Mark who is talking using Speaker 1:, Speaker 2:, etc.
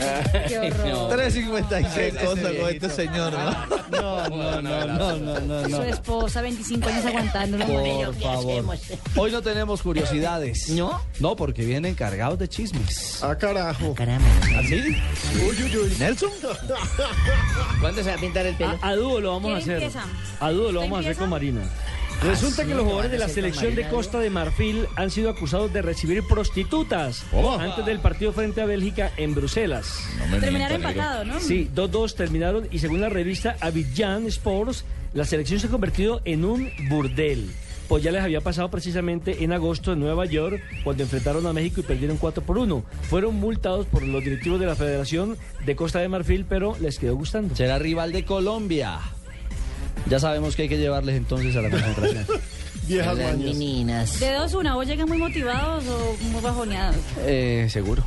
Speaker 1: 3.56
Speaker 2: Ese
Speaker 1: cosas con este
Speaker 2: viejito.
Speaker 1: señor, ¿no?
Speaker 2: No, no, no, no, no, no,
Speaker 3: Su
Speaker 2: no.
Speaker 3: esposa, 25 años aguantándolo.
Speaker 2: Por favor. Hoy no tenemos curiosidades.
Speaker 3: ¿No?
Speaker 2: No, porque vienen cargados de chismes.
Speaker 1: Ah, carajo.
Speaker 2: ¿Así?
Speaker 1: Uy, uy, uy.
Speaker 2: ¿Nelson?
Speaker 4: ¿Cuándo se va a pintar el pelo?
Speaker 3: A, a dúo lo vamos a
Speaker 5: ¿Quién
Speaker 3: hacer.
Speaker 5: empieza?
Speaker 3: A dúo lo
Speaker 5: ¿Usted
Speaker 3: vamos a hacer
Speaker 5: empieza?
Speaker 3: con Marina. Resulta que los jugadores de la selección de Costa de Marfil han sido acusados de recibir prostitutas antes del partido frente a Bélgica en Bruselas.
Speaker 5: Terminar empatado, ¿no?
Speaker 3: Sí, 2-2 terminaron y según la revista Abidjan Sports, la selección se ha convertido en un burdel. Pues ya les había pasado precisamente en agosto en Nueva York, cuando enfrentaron a México y perdieron 4 por 1. Fueron multados por los directivos de la Federación de Costa de Marfil, pero les quedó gustando.
Speaker 2: Será rival de Colombia. Ya sabemos que hay que llevarles entonces a la concentración.
Speaker 1: Viejas
Speaker 4: Las
Speaker 1: mañas.
Speaker 4: meninas.
Speaker 5: De dos, una, o llegan muy motivados o muy bajoneados.
Speaker 2: eh, seguro.